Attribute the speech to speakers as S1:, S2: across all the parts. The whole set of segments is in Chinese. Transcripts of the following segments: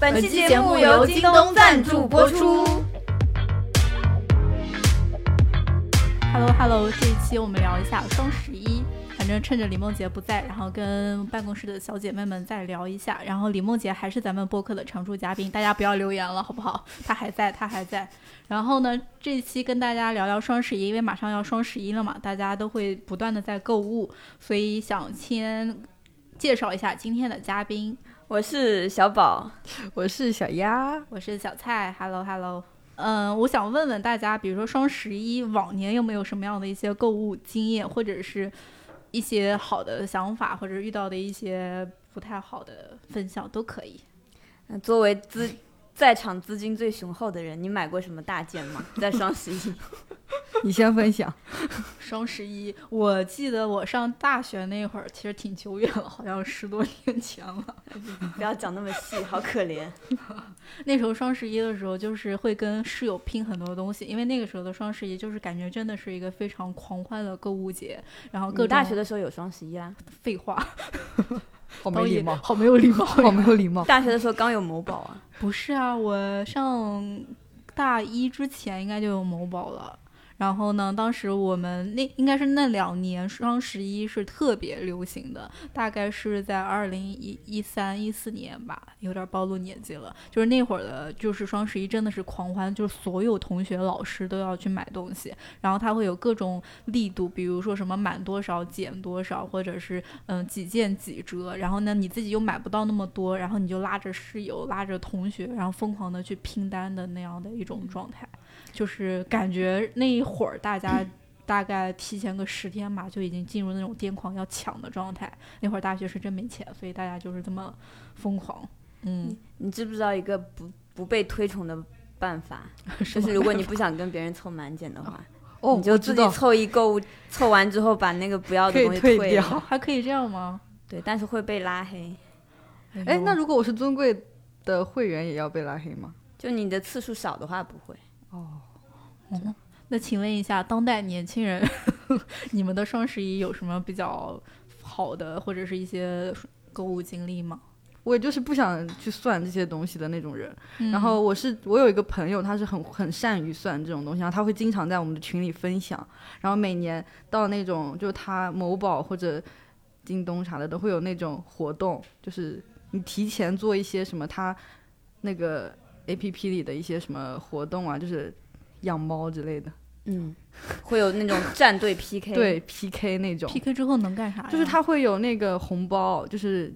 S1: 本期节目由京东赞助播出。
S2: Hello Hello，这一期我们聊一下双十一。反正趁着李梦洁不在，然后跟办公室的小姐妹们再聊一下。然后李梦洁还是咱们播客的常驻嘉宾，大家不要留言了，好不好？她还在，她还在。然后呢，这一期跟大家聊聊双十一，因为马上要双十一了嘛，大家都会不断的在购物，所以想先介绍一下今天的嘉宾。
S1: 我是小宝，
S3: 我是小鸭，
S2: 我是小蔡，Hello Hello。嗯，我想问问大家，比如说双十一往年有没有什么样的一些购物经验，或者是一些好的想法，或者遇到的一些不太好的分享都可以。
S1: 那呃作为资在场资金最雄厚的人，你买过什么大件吗？ 在双十一？
S3: 你先分享。
S2: 双十一，我记得我上大学那会儿，其实挺久远了，好像十多年前了。
S1: 不要讲那么细，好可怜。
S2: 那时候双十一的时候，就是会跟室友拼很多东西，因为那个时候的双十一就是感觉真的是一个非常狂欢的购物节，然后各
S1: 你
S2: 种
S1: 大学的时候有双十一啊啦，
S2: 废话，
S3: 好没礼貌，
S2: 好没有礼貌呀，
S3: 好没有礼貌。
S1: 大学的时候刚有某宝啊，
S2: 不是啊，我上大一之前应该就有某宝了。然后呢，当时我们那应该是那两年双十一是特别流行的，大概是在二零一一三一四年吧，有点暴露年纪了。就是那会儿的，就是双十一真的是狂欢，就是所有同学、老师都要去买东西，然后它会有各种力度，比如说什么满多少减多少，或者是嗯几件几折，然后呢你自己又买不到那么多，然后你就拉着室友、拉着同学，然后疯狂的去拼单的那样的一种状态，就是感觉那一会儿大家大概提前个十天吧，就已经进入那种癫狂要抢的状态。那会儿大学是真没钱，所以大家就是这么疯狂。嗯，
S1: 你知不知道一个不不被推崇的办法？
S2: 就
S1: 就是如果你不想跟别人凑满减的 话，
S3: 哦
S1: 你就
S3: 我
S1: 自
S3: 知
S1: 己
S3: 道
S1: 凑一购物，凑完之后把那个不要
S3: 可
S1: 的
S3: 以
S1: 东西
S3: 退
S1: 退
S3: 掉
S1: 了。
S2: 还可以这样吗？
S1: 对，但是会被拉黑，
S3: 哎，那
S2: 呦
S3: 如果我是尊贵的会员，也要被拉黑吗？
S1: 就你的次数少的话不会。
S3: 哦，
S2: 那请问一下，当代年轻人，你们的双十一有什么比较好的，或者是一些购物经历吗？
S3: 我就是不想去算这些东西的那种人。
S2: 嗯
S3: 然后我是我有一个朋友，他是很很善于算这种东西，然后他会经常在我们的群里分享。然后每年到那种就是他某宝或者京东啥的都会有那种活动，就是你提前做一些什么他那个 A P P 里的一些什么活动啊，就是养猫之类的，
S1: 嗯，会有那种战队 PK。
S3: 对 P K 那种，
S2: PK 之后能干啥
S1: 哎
S2: 呀？
S3: 就是他会有那个红包，就是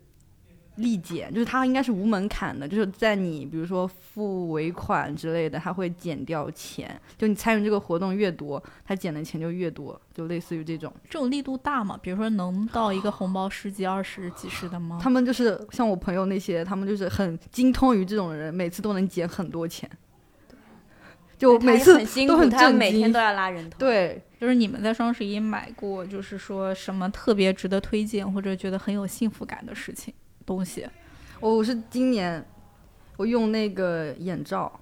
S3: 立减，就是它应该是无门槛的，就是在你比如说付尾款之类的，它会减掉钱。就你参与这个活动越多，它减的钱就越多，就类似于这种。
S2: 这种力度大吗？比如说能到一个红包十几、二十、几十的吗？
S3: 他们就是像我朋友那些，他们就是很精通于这种人，每次都能减很多钱。
S1: 对
S3: 就
S1: 他
S3: 每
S1: 也
S3: 次
S1: 很辛
S3: 都
S1: 苦，
S3: 很
S1: 他
S3: 震
S1: 每天
S3: 惊
S1: 都。要拉人头。，
S3: 对，
S2: 就是你们在双十一买过，就是说什么特别值得推荐或者觉得很有幸福感的事情东西？
S3: 我我是今年我用那个眼罩，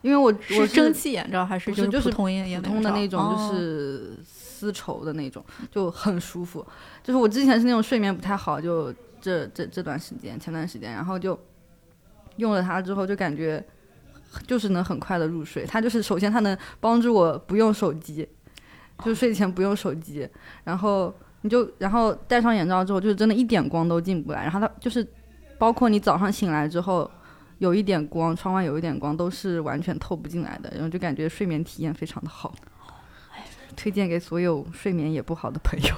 S3: 因为我我
S2: 蒸汽眼罩还是
S3: 不是
S2: 就
S3: 就是
S2: 普通眼眼
S3: 普通的那
S2: 罩
S3: 种，就
S2: 哦
S3: 是丝绸的那种，就很舒服。就是我之前是那种睡眠不太好，就这这这段时间，前段时间，然后就用了它之后，就感觉就是能很快的入睡。它就是首先它能帮助我不用手机，就睡前不用手机，然后你就然后戴上眼罩之后，就是真的一点光都进不来。然后它就是包括你早上醒来之后。有一点光，窗外有一点光，都是完全透不进来的，然后就感觉睡眠体验非常的好，推荐给所有睡眠也不好的朋友。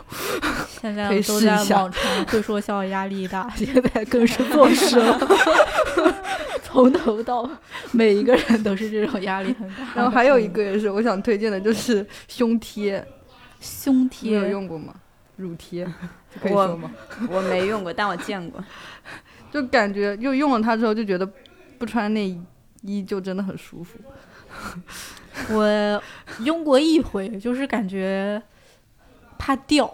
S2: 现在
S3: 可以
S2: 都
S3: 试一
S2: 在
S3: 下
S2: 网传会说小压力大， 现在更是 坐实了，从头到尾每一个人都是这种压力很大。
S3: 然后还有一个也是我想推荐的，就是胸贴，
S2: 胸
S3: 你有
S2: 贴，
S3: 用过吗？乳贴，这可以
S1: 我
S3: 说吗？
S1: 我没用过，但我见过。
S3: 就感觉就用了它之后就觉得不穿内衣就真的很舒服。
S2: 我用过一回，就是感觉怕掉。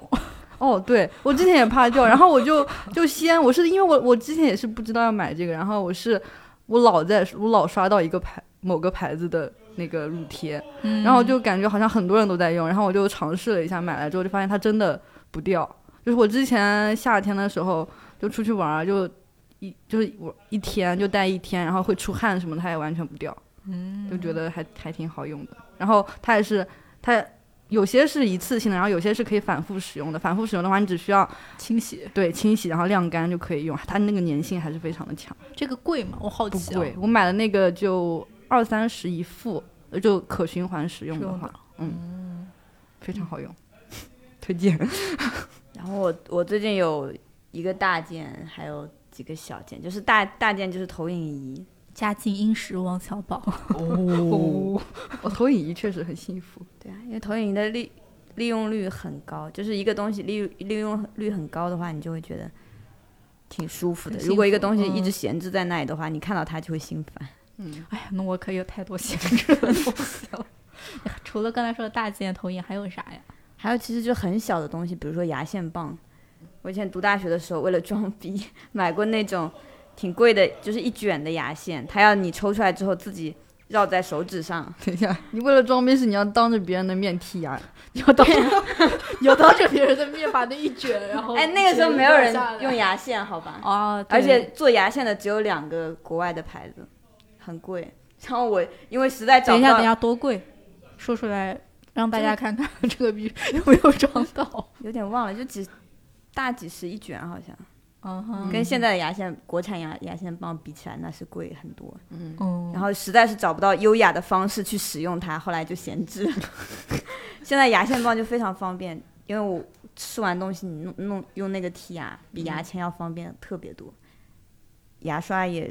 S3: 哦，对我之前也怕掉，然后我就就先我是因为我我之前也是不知道要买这个，然后我是我老在我老刷到一个牌某个牌子的那个乳贴， 然
S2: 嗯
S3: 后就感觉好像很多人都在用，然后我就尝试了一下，买来之后就发现它真的不掉。就是我之前夏天的时候就出去玩儿，就一一就是我一天就戴一天，然后会出汗什么的，它也完全不掉，嗯，就觉得还还挺好用的。然后它也是它。有些是一次性的，然后有些是可以反复使用的。反复使用的话，你只需要
S2: 清洗
S3: 对清洗，然后晾干就可以用。它那个粘性还是非常的强，
S2: 这个贵吗？我好
S3: 不
S2: 奇、啊。
S3: 贵。我买的那个就二三十一副，呃就可循环使用
S2: 是
S3: 的
S2: 用
S3: 话嗯
S2: 的，
S3: 非常好用，推荐。
S1: 然后我我最近有一个大件，还有几个小件，就是大大件就是投影仪，
S2: 家境殷实，王小宝。
S3: 哦，我投影仪确实很幸福。
S1: 对啊，因为投影仪的利利用率很高，就是一个东西利利用率很高的话，你就会觉得挺舒服的。
S2: 很
S1: 如果一个
S2: 幸福
S1: 东西
S3: 嗯
S1: 一直闲置在那里的话，你看到它就会心烦。
S2: 哎呀，那我可有太多闲置的东西了。 呀除了刚才说的大件投影，还有啥呀？
S1: 还有其实就很小的东西，比如说牙线棒。我以前读大学的时候，为了装逼， 买过那种挺贵的，就是一卷的牙线，它要你抽出来之后自己绕在手指上。
S3: 等一下，你为了装逼是你要当着别人的面啊剔牙，
S2: 你要当你要当着别人的面把那一卷，然后
S1: 哎，那个时候没有人
S2: 下来
S1: 用牙线，好吧？
S2: 哦，对
S1: 而且做牙线的只有两个国外的牌子，很贵。然后我因为实在找不
S2: 等一
S1: 到，
S2: 下，等一下，多贵？说出来让大家看看 这个币有没有装到。
S1: 有点忘了，就几大几十一卷好像，
S2: 嗯哼，
S1: 跟现在的牙线国产牙牙线棒比起来，那是贵很多。
S2: 嗯
S1: 然后实在是找不到优雅的方式去使用它，后来就闲置 了。现在牙线棒就非常方便，因为我吃完东西你弄弄用那个剔牙，比牙签要方便特别多。牙刷也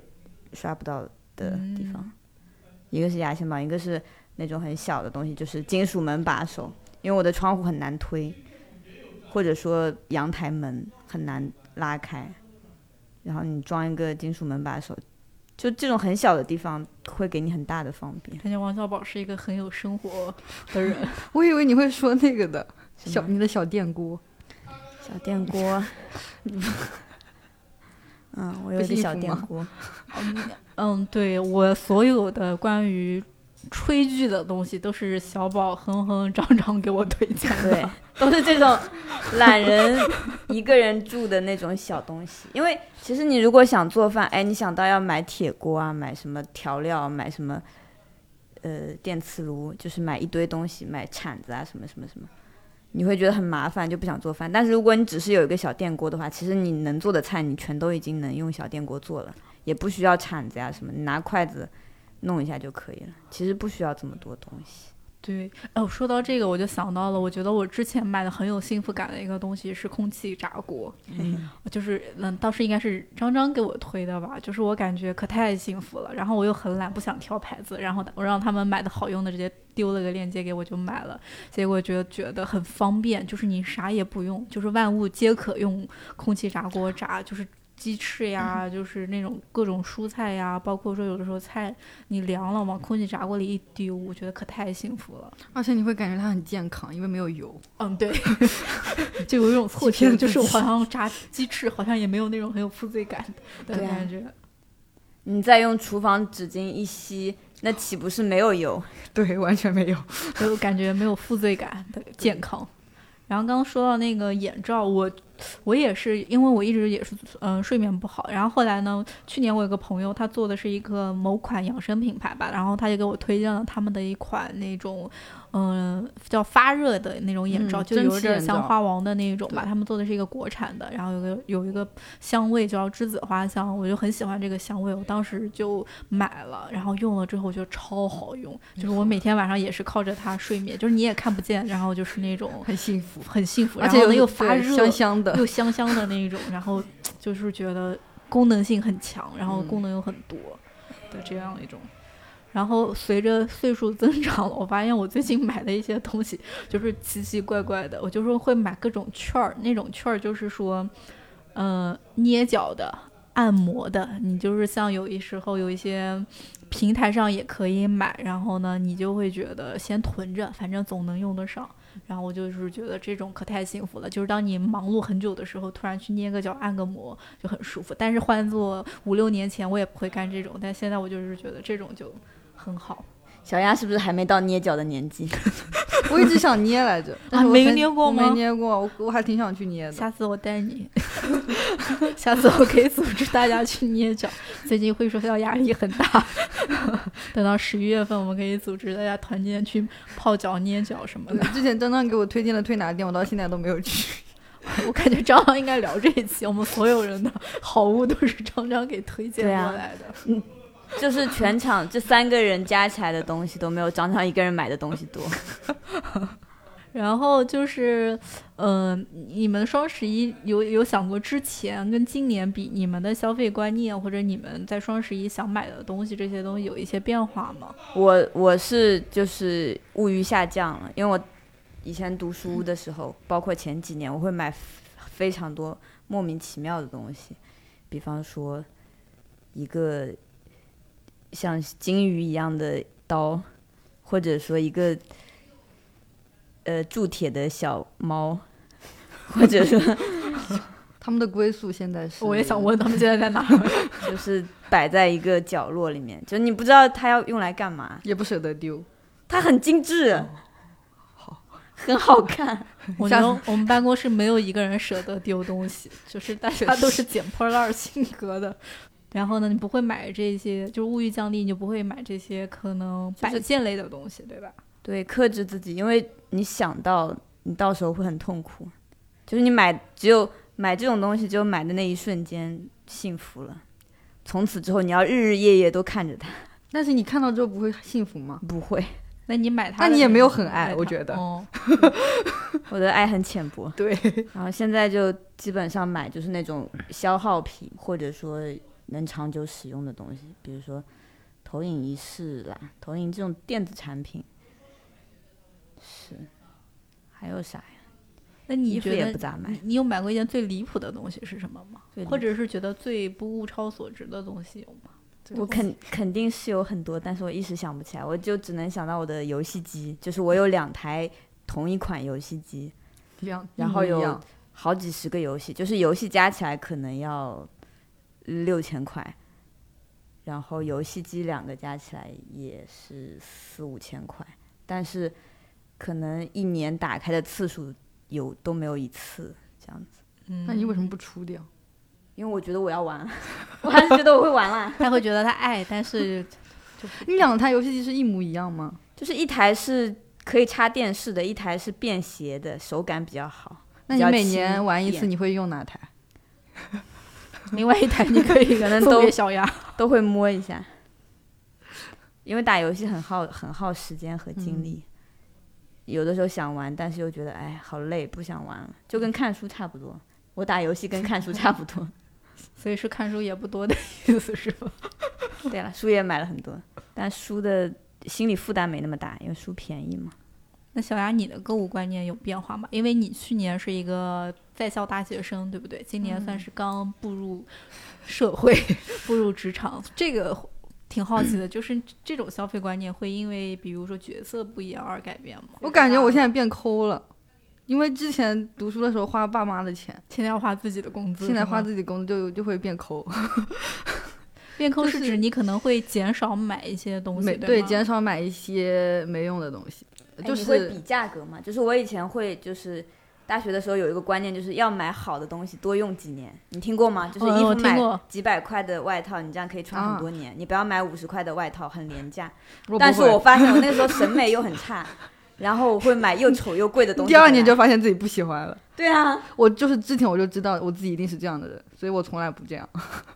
S1: 刷不到的地方，一个是牙线棒，一个是那种很小的东西，就是金属门把手，因为我的窗户很难推，或者说阳台门很难拉开，然后你装一个金属门把手，就这种很小的地方会给你很大的方便。
S2: 感觉王小宝是一个很有生活的人，
S3: 我以为你会说那个的
S1: 什么
S3: 小你的小电锅，
S1: 小电锅， 嗯，我有一
S3: 不
S1: 个
S3: 幸
S1: 小
S3: 福
S1: 电
S3: 吗
S1: 锅，
S2: 嗯，对我所有的关于炊具的东西都是小宝哼哼张张给我推荐
S1: 对
S2: 的。，
S1: 都是这种懒人一个人住的那种小东西。因为其实你如果想做饭，哎，你想到要买铁锅啊，买什么调料，买什么呃电磁炉，就是买一堆东西，买铲子啊，什么什么什么。你会觉得很麻烦，就不想做饭。但是如果你只是有一个小电锅的话，其实你能做的菜，你全都已经能用小电锅做了，也不需要铲子呀、啊什么，你拿筷子弄一下就可以了。其实不需要这么多东西。
S2: 对，哦，说到这个，我就想到了，我觉得我之前买的很有幸福感的一个东西是空气炸锅， 就是嗯，当时应该是张张给我推的吧，就是我感觉可太幸福了，然后我又很懒，不想挑牌子，然后我让他们买的好用的直接丢了个链接给我就买了，结果觉得觉得很方便，就是你啥也不用，就是万物皆可用空气炸锅炸，就是。鸡翅呀，就是那种各种蔬菜呀，包括说有的时候菜你凉了往空气炸锅里一丢，我觉得可太幸福了。
S3: 而且你会感觉它很健康，因为没有油。
S2: 嗯，对， 就有一种错
S3: 欺
S2: 觉，
S3: 骗
S2: 就是
S3: 自
S2: 我
S3: 己
S2: 好像炸鸡翅，好像也没有那种很有负罪感的
S1: 对啊
S2: 感觉。
S1: 你再用厨房纸巾一吸，那岂不是没有油？
S3: 对，完全没有。
S2: 就感觉没有负罪感的健康。然后刚刚说到那个眼罩，我我也是，因为我一直也是嗯、呃睡眠不好。然后后来呢，去年我有个朋友，他做的是一个某款养生品牌吧，然后他就给我推荐了他们的一款那种嗯、呃叫发热的那种眼罩，
S3: 嗯
S2: 就有
S3: 蒸汽
S2: 点
S3: 眼
S2: 像
S3: 罩
S2: 花王的那种吧。
S3: 对
S2: 他们做的是一个国产的，然后有个有一个香味叫栀子花香，我就很喜欢这个香味，我当时就买了，然后用了之后我觉得超好用，就是我每天晚上也是靠着它睡眠，就是你也看不见，然后就是那种
S3: 很幸福，
S2: 很幸福，
S3: 而
S2: 然
S3: 且
S2: 后呢
S3: 又
S2: 又发
S3: 对
S2: 热，
S3: 香 香的。
S2: 又香香的那一种，然后就是觉得功能性很强，然后功能又很多的这样一种。然后随着岁数增长了，我发现我最近买的一些东西就是奇奇怪怪的，我就是会买各种券儿，那种券儿就是说，呃，捏脚的、按摩的，你就是像有一时候有一些平台上也可以买，然后呢，你就会觉得先囤着，反正总能用得上。然后我就是觉得这种可太幸福了，就是当你忙碌很久的时候，突然去捏个脚、按个摩就很舒服。但是换做五六年前，我也不会干这种，但现在我就是觉得这种就很好。
S1: 小丫是不是还没到捏脚的年纪？
S3: 我一直想捏来着，但是我
S2: 没
S3: 很
S2: 捏过
S3: 我没
S2: 吗
S3: 捏过，我我还挺想去捏的。
S2: 下次我带你， 下次我可以组织大家去捏脚。最近会社交压力很大， 等到十一月份，我们可以组织大家团建去泡脚、捏脚什么
S3: 对
S2: 的。
S3: 之前张张给我推荐的推拿店，我到现在都没有去。
S2: 我感觉张张应该聊这一期，我们所有人的好物都是张张给推荐
S1: 对啊
S2: 过来的。
S1: 就是全场这三个人加起来的东西都没有张张一个人买的东西多。
S2: 然后就是，呃，你们双十一有有想过之前跟今年比，你们的消费观念或者你们在双十一想买的东西这些东西有一些变化吗？
S1: 我我是就是物欲下降了，因为我以前读书的时候，包括前几年，我会买非常多莫名其妙的东西，比方说一个像金鱼一样的刀，或者说一个呃铸铁的小猫，或者说
S3: 他们的归宿现在是，
S2: 我也想问他们现在在哪儿。
S1: 就是摆在一个角落里面，就你不知道它要用来干嘛，
S3: 也不舍得丢。
S1: 它很精致，很好看。
S2: 我觉
S3: 下
S2: 得我们办公室没有一个人舍得丢东西，就是大
S3: 确
S2: 家都
S3: 实
S2: 是捡破烂儿性格的。然后呢，你不会买这些，就是物欲降低，你就不会买这些可能摆件类的东西，对吧？
S1: 对，克制自己，因为你想到你到时候会很痛苦，就是你买只有买这种东西，只有买的那一瞬间幸福了，从此之后你要日日夜夜都看着它，
S3: 但是你看到之后不会幸 福吗？
S1: 不会，
S2: 那你买它的时
S3: 那
S2: 候，
S3: 你也没有很爱
S2: 买
S3: 我
S2: 它
S3: 觉得
S2: 哦，
S1: 我的爱很浅薄。
S3: 对，
S1: 然后现在就基本上买就是那种消耗品，或者说能长久使用的东西，比如说投影仪式啦，投影这种电子产品，是，还有啥呀？
S2: 那你
S1: 衣服
S2: 觉
S1: 也不
S2: 得
S1: 咋买
S2: 你，你有买过一件最离谱的东西是什么吗？
S1: 最离
S2: 或者是觉得最不物超所值的东西有吗？
S1: 我肯肯定是有很多，但是我一时想不起来，我就只能想到我的游戏机，就是我有两台同一款游戏机，
S3: 两
S1: 然后
S3: 一模
S1: 有
S3: 一样
S1: 好几十个游戏，就是游戏加起来可能要六千块，然后游戏机两个加起来也是四五千块，但是可能一年打开的次数有都没有一次这样子，
S2: 嗯，
S3: 那你为什么不出掉？
S1: 因为我觉得我要玩， 我还是觉得我会玩啦。
S2: 他会觉得他爱，但是
S3: 你两台游戏机是一模一样吗？
S1: 就是一台是可以插电视的，一台是便携的，手感比较好。
S3: 那
S1: 比
S3: 你
S1: 较
S3: 每
S1: 轻
S3: 年玩一
S1: 便
S3: 次，你会用哪台？
S2: 另外一台你可 以
S1: 可能
S2: 送
S1: 都
S2: 给小牙。
S1: 都会摸一下，因为打游戏很耗很耗时间和精力。有的时候想玩，但是又觉得哎好累，不想玩了，就跟看书差不多。我打游戏跟看书差不多。
S2: 所以是看书也不多的意思是吧？
S1: 对了，书也买了很多，但书的心理负担没那么大，因为书便宜嘛。
S2: 那小雅，你的购物观念有变化吗？因为你去年是一个在校大学生，对不对？今年算是刚步入社会、 步入职场，这个挺好奇的，就是这种消费观念会因为比如说角色不一样而改变吗？
S3: 我感觉我现在变抠了，因为之前读书的时候花爸妈的钱，
S2: 现在要花自己的工资，
S3: 现在花
S2: 是吗
S3: 自己工资就就会变抠，
S2: 变抠
S3: 就是是
S2: 指你可能会减少买一些东西，
S3: 没
S2: 对
S3: 对
S2: 吗
S3: 减少买一些没用的东西，
S1: 哎
S3: 就
S1: 你会
S3: 是
S1: 比价格吗？就是我以前会就是。大学的时候有一个观念，就是要买好的东西，多用几年。你听过吗？就是
S2: 嗯
S1: 衣
S2: 我
S1: 服
S2: 听
S1: 买
S2: 过
S1: 几百块的外套，你这样可以穿
S3: 啊
S1: 很多年。你不要买五十块的外套，很廉价。
S3: 我不
S1: 但是
S3: 会
S1: 我发现我那个时候审美又很差，然后我会买又丑又贵的东西
S3: 第
S1: 回来。
S3: 二年就发现自己不喜欢了。
S1: 对啊，
S3: 我就是之前我就知道我自己一定是这样的人，所以我从来不这样。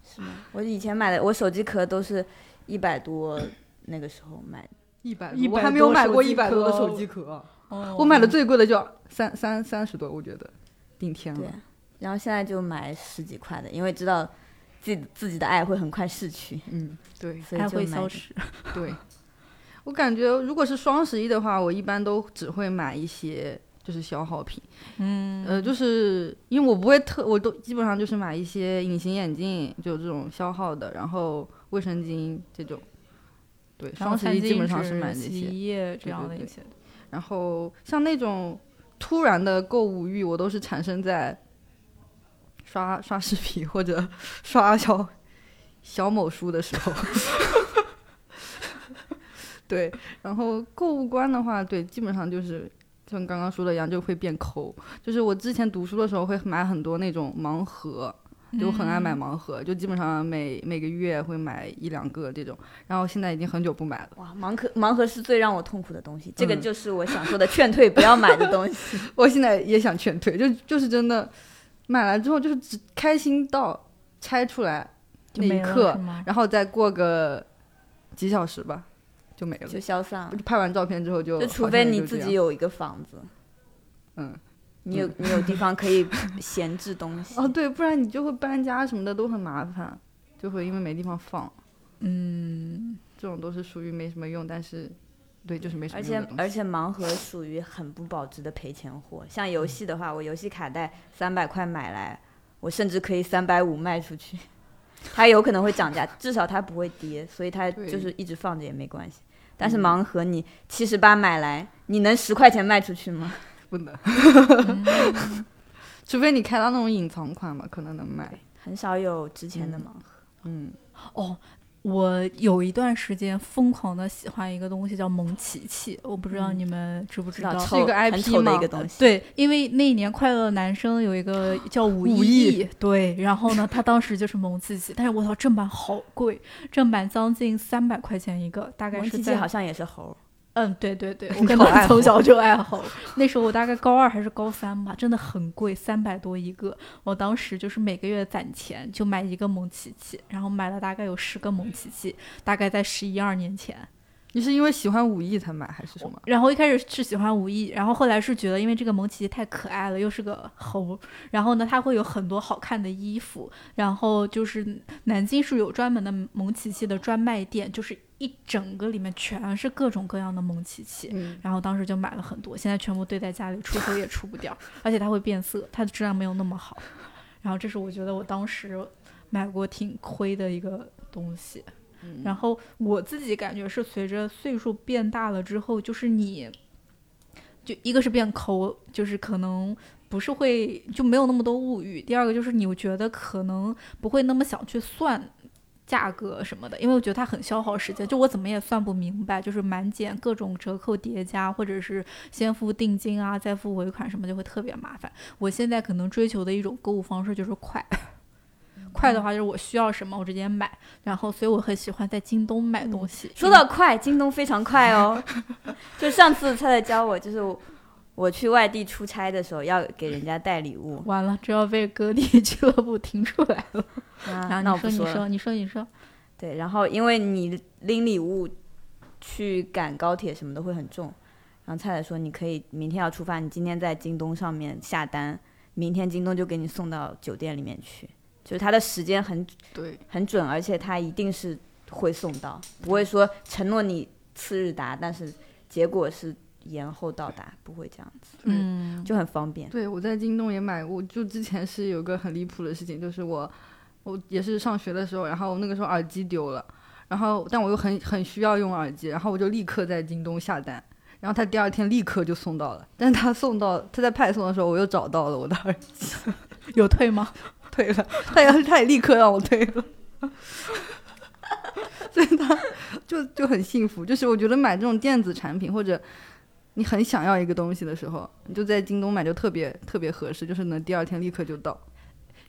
S1: 是吗？我以前买的，我手机壳都是一百多那个时候买的，
S3: 一百
S2: 100
S3: 我还没有买过
S2: 多手机
S3: 一
S2: 壳
S3: 百多的手机壳，
S2: 哦
S3: 我买的最贵的就三三三十多，我觉得顶天
S1: 对啊
S3: 了。。
S1: 然后现在就买十几块的，因为知道自己自己的爱会很快逝去，
S3: 嗯，对
S1: 所以
S2: 爱
S1: 就
S2: 会
S1: 买
S2: 消
S1: 的。
S2: 失。
S3: 对。 我感觉如果是双十一的话，我一般都只会买一些就是消耗品，
S2: 嗯，
S3: 呃，就是因为我不会特，我都基本上就是买一些隐形眼镜，就这种消耗的，然后卫生巾这种。对，
S2: 然后
S3: 双十
S2: 餐
S3: 一基
S2: 巾
S3: 本上是
S2: 纸
S3: 买这
S2: 洗
S3: 些。
S2: 衣液这
S3: 对
S2: 样的
S3: 对
S2: 一
S3: 对
S2: 些。
S3: 然后像那种突然的购物欲，我都是产生在刷刷视频或者 刷小小某书的时候。 对，然后购物观的话，对，基本上就是像刚刚说的一样，就会变抠。就是我之前读书的时候会买很多那种盲盒，就很
S2: 嗯
S3: 爱买盲盒，就基本上每每个月会买一两个这种。然后现在已经很久不买了。
S1: 哇，盲盒盲盒是最让我痛苦的东西，这个
S3: 嗯
S1: 就是我想说的劝退不要买的东 西。
S3: 我现在也想劝退，就就是真的买来之后就是只开心到拆出来，
S2: 就
S3: 那一
S2: 没了
S3: 刻
S2: 是吗？
S3: 然后再过个几小时吧，就没了
S1: 就。消散了。
S3: 就拍完照片之后就
S1: 就
S3: 就
S1: 除非你自己有一个房子，
S3: 嗯
S1: 你有你有地方可以闲置东西。
S3: 哦对，不然你就会搬家什么的都很麻烦，就会因为没地方放，
S2: 嗯，
S3: 这种都是属于没什么用，但是对就是没什么
S1: 而
S3: 用
S1: 且
S3: 的东西。
S1: 而且盲盒属于很不保值的赔钱货，像
S3: 嗯
S1: 游戏的话，我游戏卡带三百块买来，我甚至可以三百五卖出去， 它有可能会涨价，至少它不会跌，所以它
S3: 对嗯
S1: 就是一直放着也没关系。但是盲盒你七十八买来，你能十块钱卖出去吗？
S3: 不能，
S1: 嗯
S3: 除非你开到那种隐藏款嘛，可能能卖。
S1: 很少有值钱的
S3: 嗯
S1: 盲盒，
S3: 嗯，
S2: 哦，我有一段时间疯狂的喜欢一个东西叫蒙奇奇，我不知道你们知嗯不知道？
S1: 丑
S3: 是一个
S1: 很
S3: IP
S1: 丑的一
S3: 嘛
S1: 个东西。
S2: 对，因为那一年快乐男生有一 个叫武
S3: 武
S2: 艺，
S3: 艺
S2: 对，然后呢，他当时就是蒙自己，但是我操，正版好贵，正版将近三百块钱一个，大概
S1: 蒙
S2: 是
S1: 奇
S2: 在
S1: 奇好像也是猴，
S2: 嗯，对对 对，我
S3: 你
S2: 跟
S3: 好
S2: 他
S3: 爱
S2: 从
S3: 猴
S2: 小就爱好。那时候我大概高二还是高三吧，真的很贵，三百多一个。我当时就是每个月攒钱就买一个蒙奇奇，然后买了大概有十个蒙奇奇，大概在十一二年前。
S3: 你是因为喜欢武艺才买还是什么？
S2: 然后一开始是喜欢武艺，然后后来是觉得因为这个蒙奇奇太可爱了，又是个猴，然后呢，它会有很多好看的衣服，然后就是南京是有专门的蒙奇奇的专卖店，就是一整个里面全是各种各样的蒙奇奇。
S3: 嗯，
S2: 然后当时就买了很多，现在全部堆在家里，出手也出不掉，而且它会变色，它的质量没有那么好。然后这是我觉得我当时买过挺亏的一个东西。
S3: 嗯
S2: 然后我自己感觉是随着岁数变大了之后，就是你，就一个是变抠，就是可能不是会就没有那么多物欲；第二个就是你觉得可能不会那么想去算价格什么的，因为我觉得它很消耗时间，就我怎么也算不明白，就是满减各种折扣叠加，或者是先付定金啊，再付尾款什么，就会特别麻烦。我现在可能追求的一种购物方式就是快。 快的话就是我需要什么我直接买，然后所以我很喜欢在京东买东西。
S1: 嗯说到快，京东非常快哦。 就上次他在教我，就是我我去外地出差的时候要给人家带礼物
S2: 完了，这要被格 力俱乐部听出来了。
S1: 啊，
S2: 然
S1: 那
S2: 后
S1: 我
S2: 你
S1: 不
S2: 说，你
S1: 了。
S2: 说，你说，你说，
S1: 对，然后因为你拎礼物去赶高铁什么的会很重，然后菜菜说你可以明天要出发，你今天在京东上面下单，明天京东就给你送到酒店里面去，就是他的时间很
S3: 对，
S1: 很准，而且他一定是会送到，不会说承诺你次日达，但是结果是延后到达，不会这样子，
S3: 对
S2: 嗯，
S1: 就很方便。
S3: 对，我在京东也买过，就之前是有个很离谱的事情，就是我我也是上学的时候，然后那个时候耳机丢了，然后但我又很很需要用耳机，然后我就立刻在京东下单。然后他第二天立刻就送到了，但是他送到他在派送的时候，我又找到了我的耳机，
S2: 有退吗？
S3: 退了， 他也他也立刻让我退了， 所以他就就很幸福。就是我觉得买这种电子产品或者你很想要一个东西的时候，你就在京东买就特别特别合适，就是能第二天立刻就到。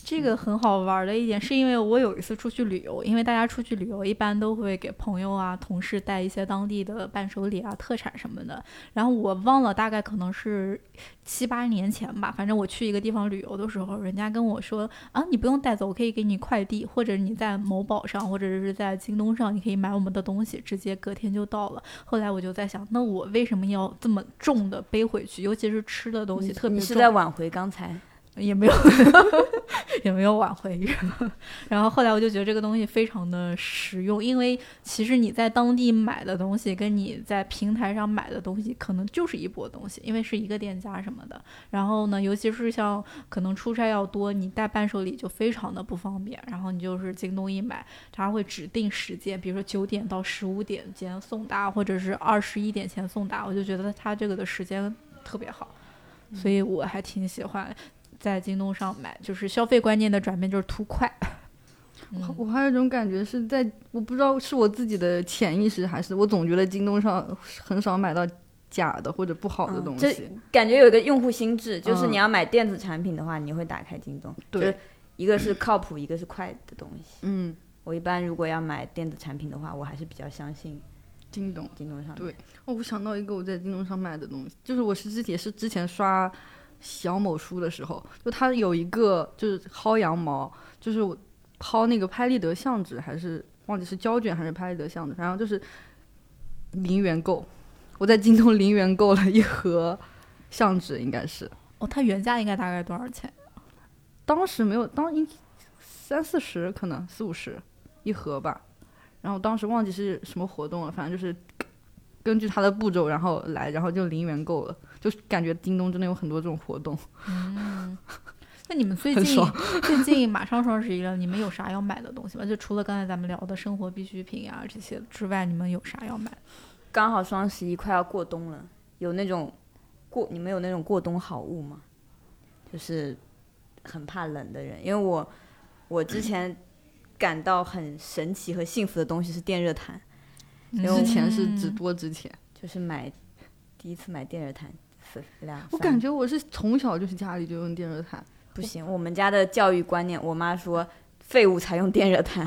S2: 这个很好玩儿的一点，是因为我有一次出去旅游，因为大家出去旅游一般都会给朋友啊、同事带一些当地的伴手礼啊、特产什么的。然后我忘了，大概可能是七八年前吧，反正我去一个地方旅游的时候，人家跟我说啊，你不用带走，我可以给你快递，或者你在某宝上，或者是在京东上，你可以买我们的东西，直接隔天就到了。后来我就在想，那我为什么要这么重的背回去，尤其是吃的东西
S1: 你
S2: 特别
S1: 你
S2: 重
S1: 是在挽回刚才
S2: 也没有 也没有挽回 什么。然后后来我就觉得这个东西非常的实用，因为其实你在当地买的东西跟你在平台上买的东西可能就是一波东西，因为是一个店家什么的。然后呢，尤其是像可能出差要多，你带伴手礼就非常的不方便。然后你就是京东一买，它会指定时间，比如说九点到十五点间送达，或者是二十一点前送达，我就觉得它这个的时间特别好。所以我还挺喜欢在京东上买，就是消费观念的转变就是图快。嗯
S3: 我还有一种感觉是在，我不知道是我自己的潜意识还是我总觉得京东上很少买到假的或者不好的
S1: 嗯
S3: 东
S1: 这
S3: 西。
S1: 感觉有一个用户心智，就是
S3: 嗯
S1: 你要买电子产品的话，你会打开京东，
S3: 对
S1: 就是一个是靠谱，一个是快的东西。
S3: 嗯，
S1: 我一般如果要买电子产品的话，我还是比较相信
S3: 京东。
S1: 京东上面。
S3: 对哦，我想到一个我在京东上买的东西，就是我是之也是之前刷小某书的时候，就它有一个就是薅羊毛，就是我薅那个拍立得相纸，还是忘记是胶卷还是拍立得相纸，然后就是零元购，我在京东零元购了一盒相纸，应该是
S2: 哦，它原价应该大概多少钱？
S3: 当时没有当应三四十可能四五十一盒吧，然后当时忘记是什么活动了，反正就是根据它的步骤然后来，然后就零元购了，就感觉京东真的有很多这种活动。
S2: 嗯 那你们最
S3: 很
S2: 近
S3: 爽
S2: 最近马上双十一了，你们有啥要买的东西吗？就除了刚才咱们聊的生活必需品啊这些之外，你们有啥要买？
S1: 刚好双十一快要过冬了，有那种过你们有那种过冬好物吗？就是很怕冷的人，因为我我之前感到很神奇和幸福的东西是电热毯，
S3: 之前是只
S2: 嗯
S3: 多之前，
S1: 就是买第一次买电热毯，四两
S3: 我
S1: 三
S3: 感觉我是从小就是家里就用电热毯，
S1: 不行，我们家的教育观念，我妈说废物才用电热毯，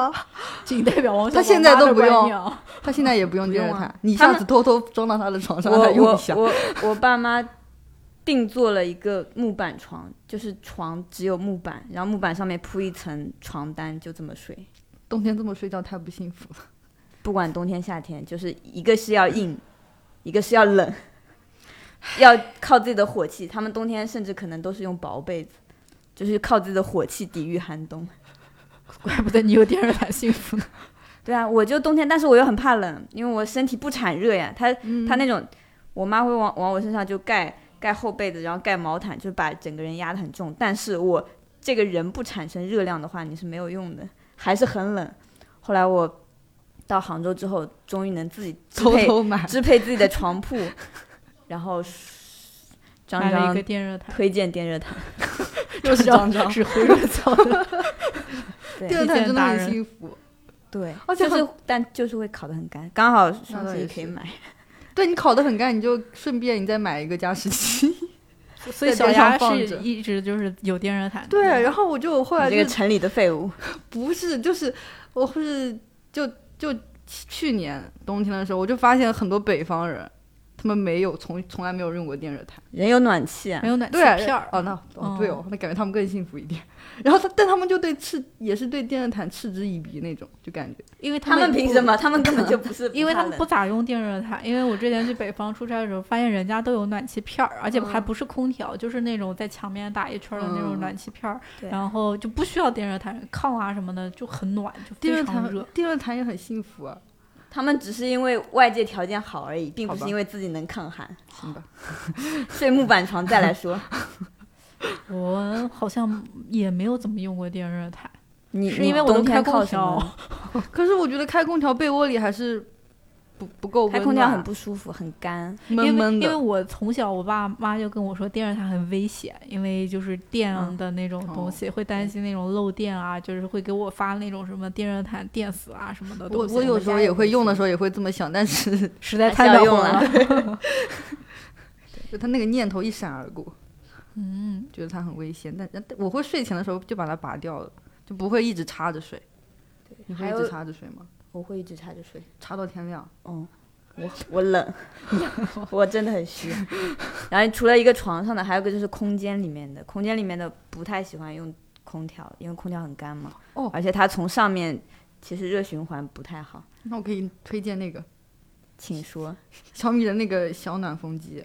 S2: 仅代表王小
S3: 他
S2: 宝
S3: 现在
S2: 妈
S3: 都
S2: 的
S3: 不
S2: 观
S3: 用
S2: 念啊
S3: 他现在也不用
S1: 不
S3: 电热
S1: 用啊
S3: 毯，你
S1: 他
S3: 下
S1: 们
S3: 次偷偷装到他的床上
S1: 我
S3: 来用一
S1: 我
S3: 下。
S1: 我我爸妈定做了一个木板床，就是床只有木板，然后木板上面铺一层床单，就这么睡。
S3: 冬天这么睡觉太不幸福了。
S1: 不管冬天夏天，就是一个是要硬，一个是要冷，要靠自己的火气。他们冬天甚至可能都是用薄被子，就是靠自己的火气抵御寒冬。
S2: 怪不得你有电热毯幸福呢。
S1: 对啊，我就冬天，但是我又很怕冷，因为我身体不产热呀。他
S3: 嗯
S1: 他那种，我妈会往往我身上就盖盖厚被子，然后盖毛毯，就是把整个人压得很重。但是我这个人不产生热量的话，你是没有用的，还是很冷。后来我到杭州之后，终于能自己支
S3: 偷
S1: 配
S3: 偷买，
S1: 支配自己的床铺， 然后张
S2: 买了一
S1: 张
S2: 个电热毯，
S1: 推荐电热毯，
S3: 又是张张。
S2: 是回热澡的。
S1: 对
S3: 电
S2: 推
S3: 热毯
S2: 荐
S3: 真的
S2: 达
S3: 很
S2: 人
S3: 幸福，
S1: 对，
S3: 而且
S1: 哦就
S3: 很
S1: 是但就是会烤得很干，刚好
S3: 那
S1: 双
S3: 倒
S1: 十一
S3: 也
S1: 可以
S3: 是
S1: 买。
S3: 对你烤得很干，你就顺便你再买一个加湿器。
S2: 所以
S3: 在
S2: 小
S3: 边
S2: 牙
S3: 上放
S2: 是
S3: 着
S2: 一嗯直就是有电热毯的。
S3: 对，然后我就后来
S1: 你
S3: 就
S1: 这个城里的废物，
S3: 不是，就是我是就就去年冬天的时候，我就发现很多北方人，他们没有从从来没有用过电热毯。
S1: 人有暖气啊
S2: 没。有暖气
S3: 对啊，
S2: 片儿。
S3: 哦，那哦
S2: 嗯
S3: 对哦，那感觉他们更幸福一点。然后他，但他们就对嗤也是对电热毯嗤之以鼻那种，就感觉
S2: 因为他
S1: 他们
S2: 不
S1: 凭什么？他们根本就不 是不怕冷，
S2: 因为他们不咋用电热毯，因为我之前去北方出差的时候，发现人家都有暖气片儿，而且还不是空调，就是那种在墙面打一圈儿的那种
S3: 嗯
S2: 暖气片儿，
S1: 对
S2: 然后就不需要电热毯，炕啊什么的就很暖，就
S3: 电热
S2: 非常
S3: 毯
S2: 热。
S3: 电热毯也很幸福啊，
S1: 他们只是因为外界条件好而已，并不
S3: 好
S1: 是
S3: 吧
S1: 因为自己能抗寒。
S3: 行
S2: 哦
S3: 吧？
S1: 睡木板床再来 说，
S2: 我好像也没有怎么用过电热毯，
S1: 你
S2: 是
S1: 你
S2: 因为我
S1: 冬
S2: 能开
S1: 天靠
S2: 空
S1: 什么
S2: 调？
S3: 可是我觉得开空调被窝里还是不不够
S1: 开
S3: 温
S1: 空调
S3: 暖啊
S1: 很不舒服，很干。
S3: 闷
S2: 因为
S3: 闷
S2: 因为
S3: 的。
S2: 我从小我爸妈就跟我说电热毯很危险，因为就是电
S3: 嗯
S2: 的那种东西、会担心那种漏电啊，就是会给我发那种什么电热毯电死啊什么的
S3: 我
S2: 东西。
S3: 我有时候也会用的时
S2: 候
S3: 候也会这么想，但是
S2: 实
S1: 还
S2: 在
S1: 是
S2: 太
S1: 要
S2: 暖
S1: 用
S2: 和
S1: 了
S3: 就他那个念头一闪而过。
S2: 嗯，
S3: 觉得它很危险，但但我会睡前的时候就把它拔掉了，就不会一直插着睡。你会
S1: 还
S3: 一
S1: 有
S3: 直插着睡吗？
S1: 我会一直插着睡。
S3: 插到天亮。
S1: 嗯，我我冷， 我真的很虚。然后除了一个床上的，还有一个就是空间里面的，空间里面的不太喜欢用空调，因为空调很干嘛。
S3: 哦
S1: 而且它从上面其实热循环不太好。
S3: 那我可以推荐那个
S1: 请说，
S3: 小米的那个小暖嗯风机，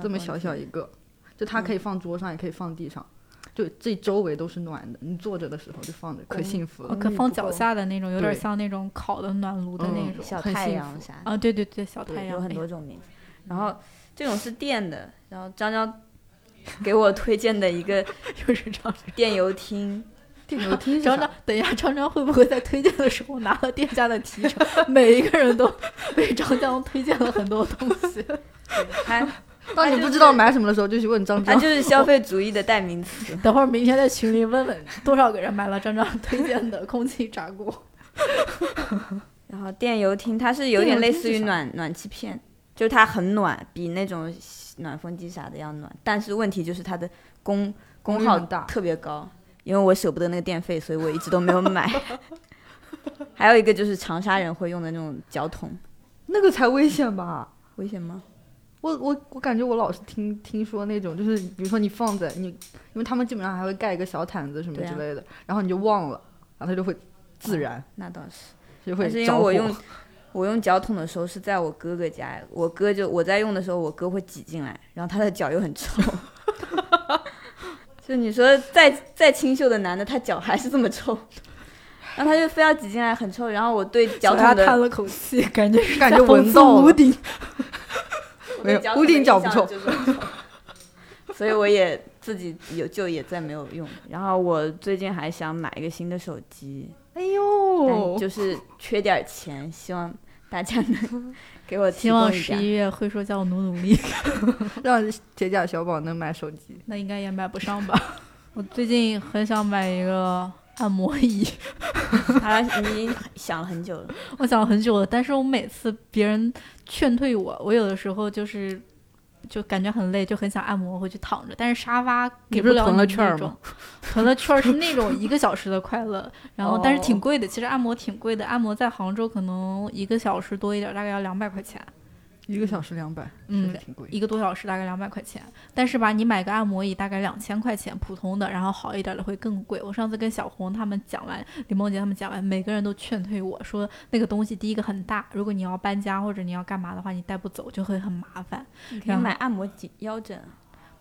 S3: 这么小小
S1: 一
S3: 一个，就它可以放桌上，也可以放地上，就这周围都是暖的。你坐着的时候就放着，可
S1: 嗯
S3: 幸福
S2: 我
S3: 了。
S2: 可
S1: 嗯
S2: 呃放
S1: 不
S2: 脚
S1: 够
S2: 下的那种，有点
S3: 对
S2: 像那种烤的暖炉的那
S3: 嗯
S2: 种。
S1: 小
S3: 很
S1: 太
S3: 幸
S1: 阳
S3: 福
S1: 啥的。
S2: 啊，对对对，小
S1: 对
S2: 太阳
S1: 有很
S3: 啊
S1: 多
S2: 哎
S1: 种名字。然
S3: 嗯
S1: 后这种是电的，然后张张给我推荐的一个
S2: 又是 张
S1: 电游厅，
S3: 电流听
S2: 张张，等一下，张张会不会在推荐的时候拿了店家的提 成？每一个人都为张张推荐了很多东西。
S1: 它
S3: 当你不知道买什么的时候，啊就去问张
S1: 它
S3: 张。
S1: 就是消费主义的代名词。
S2: 等会儿明天在群里问问多少个人买了张张推荐的空气炸 锅，
S1: 然后电游厅它是有
S3: 电
S1: 点
S3: 游
S1: 类
S3: 厅
S1: 似
S3: 是
S1: 于
S3: 啥
S1: 暖暖气片，就是它很暖，比那种暖风机啥的要暖。但是问题就是它的功功
S3: 率
S1: 耗
S3: 很大
S1: 特别高，因为我舍不得那个电费，所以我一直都没有 买。还有一个就是长沙人会用的那种脚桶，
S3: 那个才危险吧？
S1: 危险吗？
S3: 我我我感觉我老是听听说那种，就是比如说你放在你，因为他们基本上还会盖一个小毯子什么
S1: 对啊
S3: 之类的，然后你就忘了，然后它就会自燃，
S1: 那倒是，
S3: 就会
S1: 但是因为
S3: 着火。
S1: 我用我用脚桶的时候是在我哥哥家，我哥就我在用的时候，我哥会挤进来，然后他的脚又很臭。 就你说再再清秀的男的，他脚还是这么臭，然后他就非要挤进来，很臭。然后我对脚
S2: 他
S1: 桶的
S2: 叹了口气，感觉是
S3: 感
S2: 在
S3: 觉
S2: 讽
S3: 闻
S2: 刺
S3: 到了
S2: 屋顶。
S1: 我
S3: 没
S1: 对
S3: 有
S1: 脚
S3: 屋顶脚不臭
S1: 桶的印象就是很臭所以我也自己有就也再没有用。然后我最近还想买一个新的手机，
S3: 哎
S1: 但
S3: 呦，
S1: 就是缺点儿钱，希望大家能 给我提
S2: 希望
S1: 供一
S2: 十
S1: 点
S2: 一
S1: 儿。
S2: 月会说叫我努努力，
S3: 让铁甲小宝能买手机，
S2: 那应该也买不上吧？ 我最近很想买一个按摩椅，
S1: 他已经想了很久了，
S2: 我想了很久了，但是我每次别人劝退我，我有的时候就是就感觉很累，就很想按摩回去躺着，但是沙发给
S3: 你不是
S2: 了
S3: 囤了
S2: 你
S3: 券
S2: 那
S3: 儿吗
S2: 种，囤了券儿是那种一个小时的快 乐，然后但是
S3: 哦
S2: 挺贵的，其实按摩挺贵的，按摩在杭州可能一个小时多一点，大概要两百块钱。
S3: 一个小时两百，
S2: 嗯
S3: 确实挺贵。
S2: 一个多小时大概两百块钱，但是吧，你买个按摩椅大概两千块钱，普通的，然后好一点的会更贵。我上次跟小红他们讲完，李梦洁他们讲完，每个人都劝退我说，那个东西第一个很大，如果你要搬家或者你要干嘛的话，你带不走就会很麻烦，
S1: 可以
S3: 啊
S2: 然后
S1: 买按摩颈腰枕，啊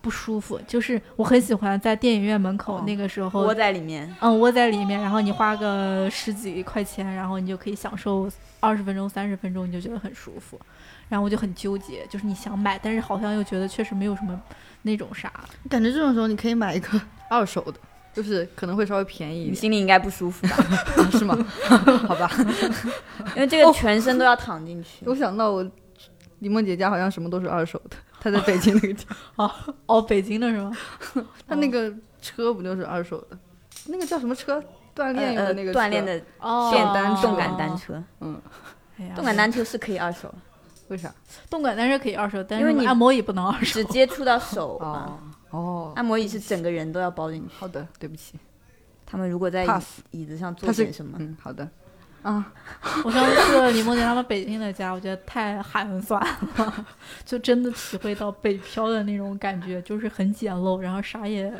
S2: 不舒服。就是我很喜欢在电影院门口
S1: 哦
S2: 那个时候，
S1: 窝在里面。
S2: 嗯，窝在里面，然后你花个十几块钱，然后你就可以享受二十分钟、三十分钟，你就觉得很舒服。然后我就很纠结，就是你想买，但是好像又觉得确实没有什么那种啥。
S3: 感觉这种时候你可以买一个 二手的，就是可能会稍微便宜一
S1: 你
S3: 点，
S1: 心里应该不舒 服吧？
S3: 啊是吗？好吧，
S1: 因为这
S3: 哦
S1: 个全身都要躺进去。
S3: 我想到我李梦姐家好像什么都是二手的，她在北京那 个地，
S2: 哦，北京的是吗？
S1: 哦
S3: 她那个车不就是二手的？那个叫什么车？锻
S1: 呃
S3: 炼用
S1: 呃
S3: 的那个车哦
S1: 锻炼的
S2: 哦，
S1: 电
S3: 单车
S1: 动感单，车，
S2: 哎呀、
S1: 动感单车是可以二手，
S3: 为啥？
S2: 动感单车可以二手，但
S1: 因为
S2: 是
S1: 你
S2: 按摩椅不能二手
S1: 只。接触到手啊。
S3: 哦哦，
S1: 按摩椅是整个人都要包进去。
S3: 好的，对不起，
S1: 他们如果在椅
S3: Pass
S1: 椅子上做
S3: 它是
S1: 点什么，
S3: 嗯，好的，啊，
S2: 我上次去了李梦洁他们北京的家，我觉得太寒酸了，就真的体会到北漂的那种感觉，就是很简陋，然后啥也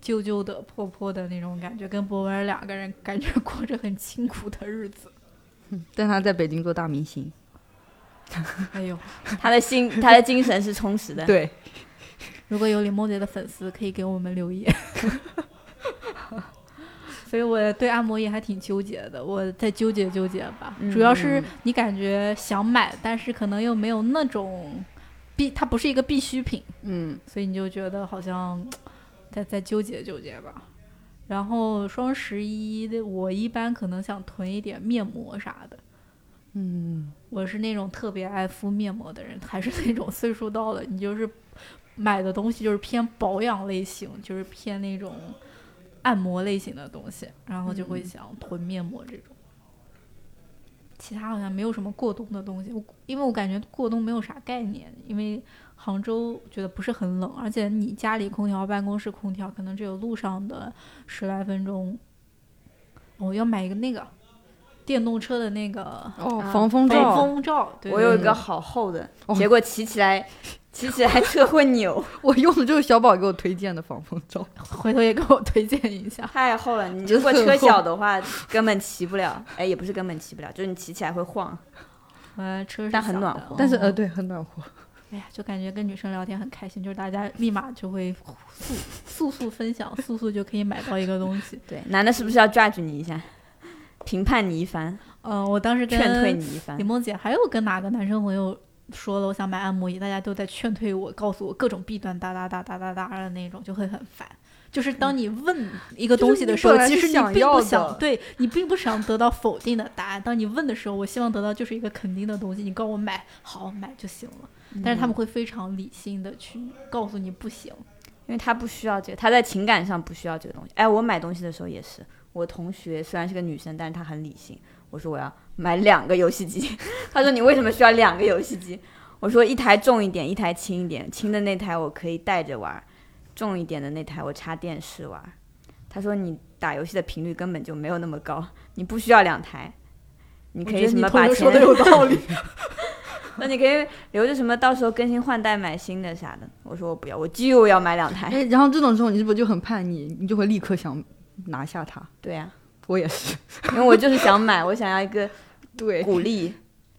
S2: 旧旧的、破破的那种感觉，跟博文两个人感觉过着很清苦的日子。
S3: 但她在北京做大明星，
S2: 哎呦，
S1: 他的心他的精神是充实的。
S3: 对，
S2: 如果有李梦洁的粉丝，可以给我们留言。 所以我对按摩椅还挺纠结的，我再纠结纠结吧。主要是你感觉想买，但是可能又没有那种必，它不是一个必需品，
S3: 嗯，
S2: 所以你就觉得好像再再纠结纠结吧。然后双十一的，我一般可能想囤一点面膜啥的。嗯，我是那种特别爱敷面膜的人，还是那种岁数到了，你就是买的东西就是偏保养类型，就是偏那种按摩类型的东西，然后就会想囤面膜这种。其他好像没有什么过冬的东西，我因为我感觉过冬没有啥概念，因为杭州觉得不是很冷，而且你家里空调、办公室空调可能只有路上的十来分钟。我要买一个那个电动车的那个
S3: 哦
S1: 啊
S3: 防
S2: 防
S3: 风罩，
S2: 风罩，对
S1: 我有一
S2: 对
S1: 个好厚的，
S3: 哦
S1: 结果骑起来，骑起来车会 扭，
S3: 我用的就是小宝给我推荐的防风罩，
S2: 回头也给我推荐一下。
S1: 太厚了。你如果车小的话，根本骑不了。哎，也不是根本骑不了，就是你骑起来会晃。
S2: 呃，车是
S1: 但很
S2: 小
S1: 暖
S2: 的
S1: 和
S3: 但是
S2: 嗯
S3: 呃，对，很暖和，
S2: 哎呀，就感觉跟女生聊天很开心，就是大家立马就会速速速分享，速速就可以买到一个东西。
S1: 对，男的是不是要 judge 你一下， 评判你一番，
S2: 嗯、我当时跟
S1: 劝退你一番
S2: 李？梦姐还有跟哪个男生朋友说了，我想买按摩椅，大家都在劝退我，告诉我各种弊端，哒哒哒哒哒哒的那种，就会很烦。就是当你问一个东西的时候，
S3: 嗯就是你
S2: 其实
S3: 本来
S2: 你并
S3: 是想要
S2: 不
S3: 的
S2: 想，对你并不想得到否定的答案。当你问的时候，我希望得到就是一个肯定的东西，你告诉我买，好买就行了。但是
S3: 嗯
S2: 他们会非常理性的去告诉你不行。
S1: 因为他不需要这个，他在情感上不需要这个东西。哎，我买东西的时候也是，我同学虽然是个女生，但是她 很理性。我说我要买两个游戏机，她说你为什么需要两个游戏机？我说一台重一点，一台轻一点，轻的那台我可以带着玩，重一点的那台我插电视玩。他说你打游戏的频率根本就没有那么高，你不需要两台，你可以什么把钱
S2: 说的有道理，
S1: 那你可以留着什么，到时候更新换代买新的啥的。我说我不要，我就要买两 台。
S3: 哎，然后这种时候你是不是就很叛逆？你就会立刻想拿下它。
S1: 对呀、
S3: 我也是，
S1: 因为我就是想买，我想要一个
S3: 对，
S1: 鼓励、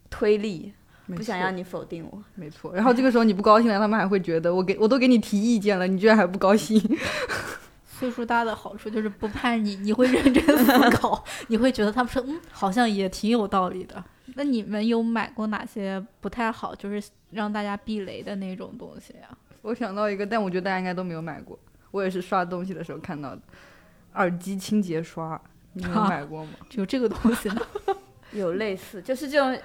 S1: 推力，
S3: 没
S1: 不想
S3: 错
S1: 要，你否定我。
S3: 没错。然后这个时候你不高兴了，他们还会觉得我给我都给你提意见了，你居然还不高兴。
S2: 岁数大的好处就是不叛逆，你会认真思 考，你会觉得他们说嗯，好像也挺有道理的。那你们有买过哪些不太好，就是让大家避雷的那种东西呀、啊
S3: 我想到一个，但我觉得大家应该都没有买过，我也是刷东西的时候看到的，耳机清洁刷，你们有买 过吗？
S2: 有这个东西呢？
S1: 有类似，就是这种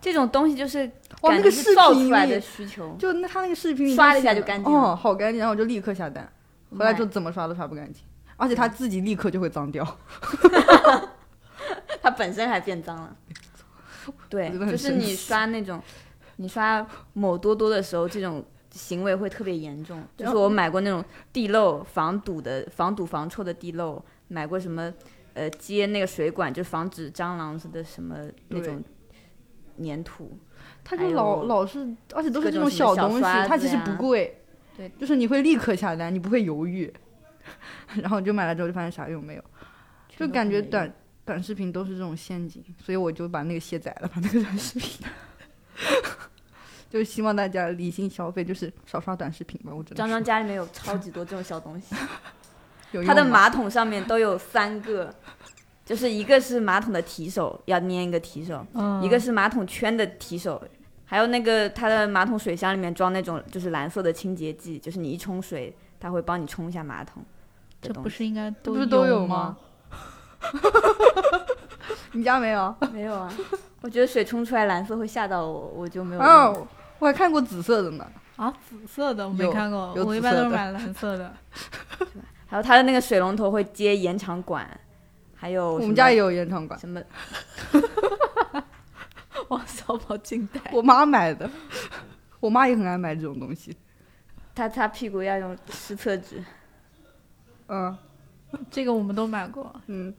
S1: 这种东西，就是
S3: 哇，
S1: 感
S3: 那
S1: 觉
S3: 个
S1: 是
S3: 视
S1: 造
S3: 频
S1: 出来的
S3: 里，
S1: 需求。
S3: 就那他那个视频里
S1: 刷了一下
S3: 写
S1: 就干净了
S3: 哦，好干净，然后我就立刻下单，回来就怎么刷都刷不干净，而且他自己立刻就会脏掉。
S1: 它本身还变脏 了。对，
S3: 我觉得很
S1: 就是
S3: 神
S1: 你
S3: 奇
S1: 刷那种，你刷某多多的时候，这种行为会特别严重。就是我买过那种地漏防堵的、防堵防臭的地漏，买过什么呃接那个水管就防止蟑螂似的什么那种粘土。
S3: 他
S1: 还
S3: 就
S1: 有
S3: 老老是，而且都是
S1: 哎各
S3: 这
S1: 种什么
S3: 小
S1: 小
S3: 东西，
S1: 刷
S3: 它
S1: 子
S3: 其实
S1: 呀
S3: 不贵，
S1: 对，
S3: 就是你会立刻下单，你不会犹豫， 然后你就买了之后就发现啥用没有，就
S1: 全都
S3: 感觉
S1: 没有
S3: 短短视频都是这种陷阱，所以我就把那个卸载了，把那个短视频， 就希望大家理性消费，就是少刷短视频吧，我真的
S1: 张张家里面有超级多这种小东西。
S3: 有
S1: 它的
S3: 用吗
S1: 马桶上面都有三个，就是一个是马桶的提手，要粘一个提手，
S2: 嗯
S1: 一个是马桶圈的提手，还有那个它的马桶水箱里面装那种就是蓝色的清洁剂，就是你一冲水，它会帮你冲一下马桶的
S2: 这
S1: 东西。
S2: 不是应该都
S3: 不是都有
S2: 有
S3: 吗？ 你家没有？
S1: 没有啊？ 我觉得水冲出来蓝色会吓到我，我就没有用。
S3: 哦，我还看过紫色的呢，
S2: 啊，紫色的我没
S3: 有
S2: 看过，
S3: 有
S2: 我一
S3: 紫
S2: 般
S3: 色
S2: 都是
S3: 的
S2: 买蓝色 的。
S1: 还有它的那个水龙头会接延长管，还有
S3: 我
S1: 什
S3: 们
S1: 么
S3: 家也有延长管，
S1: 什么
S2: 王小宝惊呆，
S3: 我妈买的， 我妈也很爱买这种东西，
S1: 他擦屁股要用湿厕纸，
S3: 嗯。
S2: 这个我们都买过。
S3: 嗯，